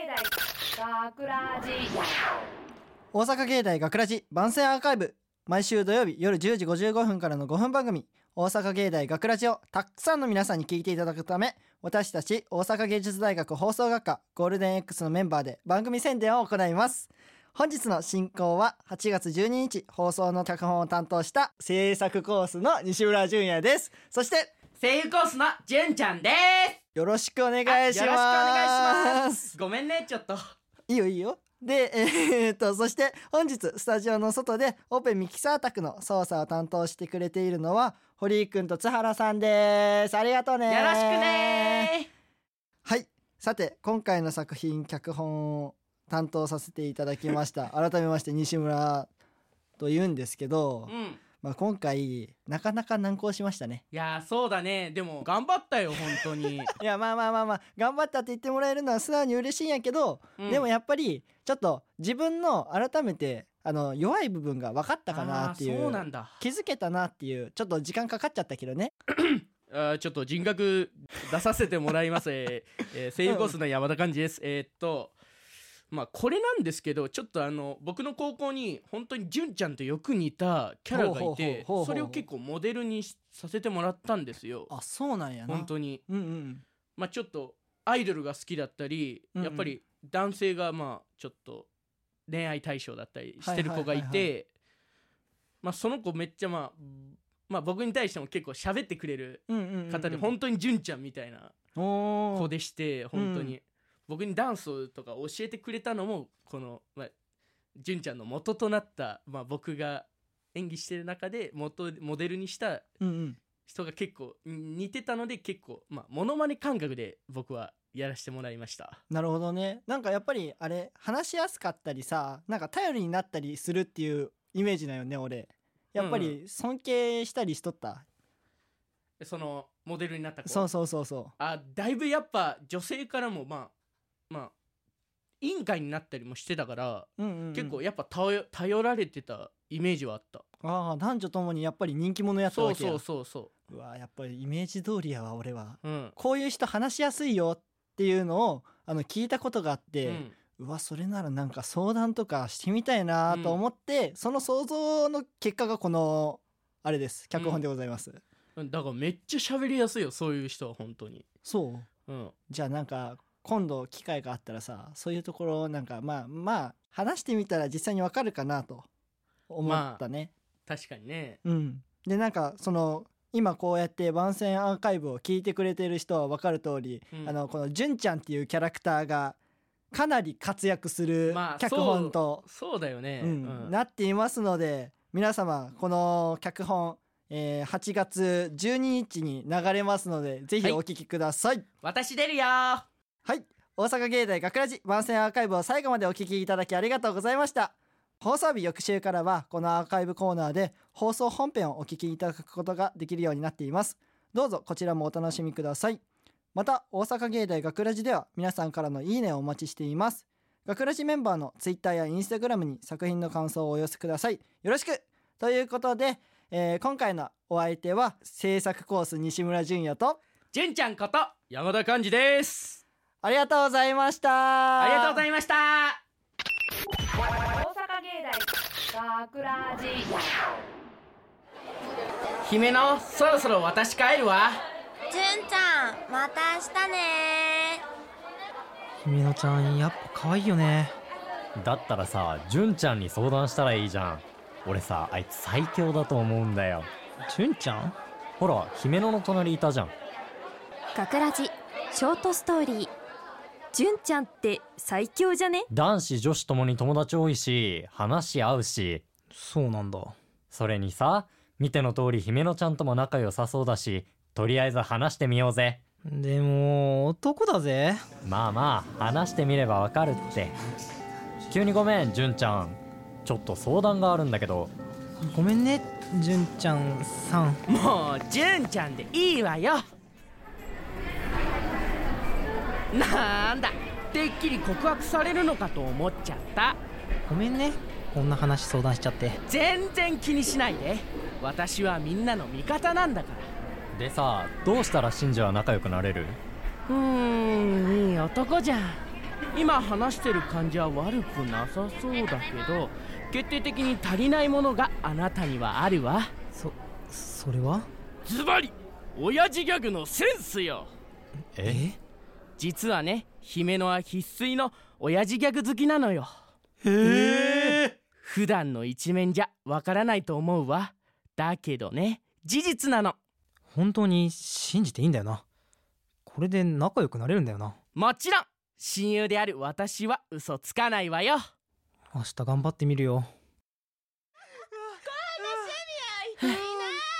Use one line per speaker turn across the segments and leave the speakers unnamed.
大学ラジ
大阪芸大学ラジ番宣アーカイブ毎週土曜日夜10時55分からの5分番組「大阪芸大学ラジをたくさんの皆さんに聞いていただくため私たち大阪芸術大学放送学科ゴールデン X のメンバーで番組宣伝を行います本日の進行は8月12日放送の脚本を担当した制作コースの西村淳也ですそして
声優コースのじゅんちゃんで
よろしくお願いします
よろしくお願いしますごめんねちょっと
いいよいいよ。で、えーっと、そして本日スタジオの外でオペミキサー宅の操作を担当してくれているのは堀井くんと津原さんです。ありがとうね。
よろしく。ね
はい。さて、今回の作品脚本を担当させていただきました。 改めまして西村と言うんですけど、
うんい
まあ今回なかなか難航しましたね。
やーそうだねでも頑張ったよ本当 に、
いやまあまあまあまあ頑張ったって言ってもらえるのは素直に嬉しいんやけど、
うん
でもやっぱりちょっと自分の改めてあの弱い部分が分かったかなってい
あ
う
ーそうなんだ
気づけたなっていうちょっと時間かかっちゃったけどね
あーちょっと人格出させてもらいます、えーえー声優コースの山田寛治ですえーっとまあこれなんですけどちょっとあの僕の高校に本当に純ちゃんとよく似たキャラがいて
ほうほうほうほうほう
それを結構モデルにしさせてもらったんですよ
あそうなんやな
本当に
うんうん
まあちょっとアイドルが好きだったり、
うんうん
やっぱり男性がまあちょっと恋愛対象だったりしてる子がいて、
はいはいは
まあその子めっちゃまあ、まあ、僕に対しても結構喋ってくれる
うんうんうん
方で本当に純ちゃんみたいな
お
子
ー
でして本当に、僕にダンスとか教えてくれたのもこの、まあ、純ちゃんの元となった、まあ、僕が演技してる中で元モデルにした
うんうん
人が結構ん似てたので結構まあモノマネ感覚で僕はやらせてもらいました
なるほどねなんかやっぱりあれ話しやすかったりさなんか頼りになったりするっていうイメージだよね俺やっぱ
う
り尊敬したりしとった、
そのモデルになった子
そうそうそうそ
あだいぶやっぱ女性からもまあまあ委員会になったりもしてたから、
う、うんうんうん
結構やっぱ頼頼られてたイメージはあった
ああ男女ともにやっぱり人気者やった
そ
わ
う
けや
そうそうそう
わやっぱりイメージ通りやわ俺は
ううん、
こういう人話しやすいよっていうのをあの聞いたことがあっ
う、
て、うんわそれならなんか相談とかしてみたいなと思って、その想像の結果がこのあれです脚本でございます、
うんだからめっちゃ喋りやすいよそういう人は本当に
そう
うん
じゃあなんか今度機会があったらさそういうところをなんかまあまあ話してみたら実際にわかるかなと思ったね、
確かにね
うん、でなんかその今こうやって番宣アーカイブを聞いてくれてる人は分かる通り、
うん
あのこの純ちゃんっていうキャラクターがかなり活躍する
まあ
脚本と、
そうだよね
うんなっていますので皆様この脚本、えー8月12日に流れますのでぜひ
はい
お聞きください。はい
私出るよー
大阪芸大学ラジ番宣アーカイブを最後までお聞きいただきありがとうございました放送日翌週からはこのアーカイブコーナーで放送本編をお聞きいただくことができるようになっていますどうぞこちらもお楽しみくださいまた大阪芸大学ラジでは皆さんからのいいねをお待ちしています学ラジメンバーのツイッターやインスタグラムに作品の感想をお寄せくださいよろしくということで、えー今回のお相手は制作コース西村淳也と
純ちゃんこと山田寛治です
ありがとうございました
ありがとうございました
大阪芸大学ラジ
姫野そろそろ私帰るわ
じゅんちゃんまた明日ね
姫野ちゃんやっぱ可愛いよね
だったらさ純ちゃんに相談したらいいじゃん俺さあいつ最強だと思うんだよ
純ちゃん
ほら姫野の隣いたじゃん
学ラジショートストーリー純ちゃんって最強じゃね
男子女子ともに友達多いし話し合うし
そうなんだ
それにさ見ての通り姫野ちゃんとも仲良さそうだしとりあえず話してみようぜ
でも男だぜ
まあまあ話してみればわかるって急にごめん純ちゃんちょっと相談があるんだけど
ごめんね純ちゃんさん
もう純ちゃんでいいわよなんだてっきり告白されるのかと思っちゃった
ごめんねこんな話相談しちゃって
全然気にしないで私はみんなの味方なんだから
でさどうしたら信者は仲良くなれる
うーんいい男じゃん今話してる感じは悪くなさそうだけど決定的に足りないものがあなたにはあるわ
そそれは
ズバリ親父ギャグのセンスよ
え
実はね姫野は必須の親父ギャグ好きなのよ
ええ
普段の一面じゃわからないと思うわだけどね事実なの
本当に信じていいんだよなこれで仲良くなれるんだよな
もちろん親友である私は嘘つかないわよ
明日頑張ってみるよ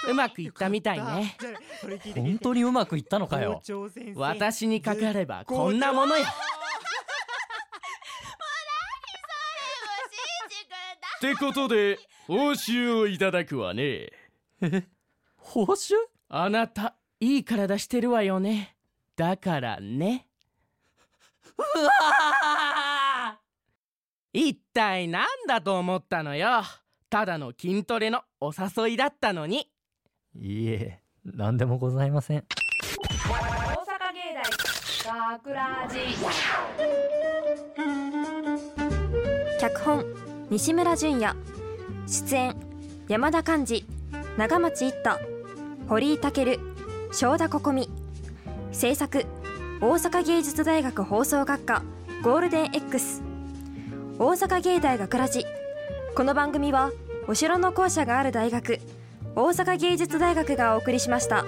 うまくいったみたいね
本当にうまくいったのかよ
私にかかればこんなものよってことで報酬をいただくわね
報酬
あなたいい体してるわよねだからねうわ一体何だと思ったのよただの筋トレのお誘いだったのに
いいえ何でもございません
大阪芸大学ラジ
脚本西村淳也出演山田寛治長町一太堀井健正田心美制作大阪芸術大学放送学科ゴールデン X 大阪芸大学ラジこの番組はお城の校舎がある大学大阪芸術大学がお送りしました。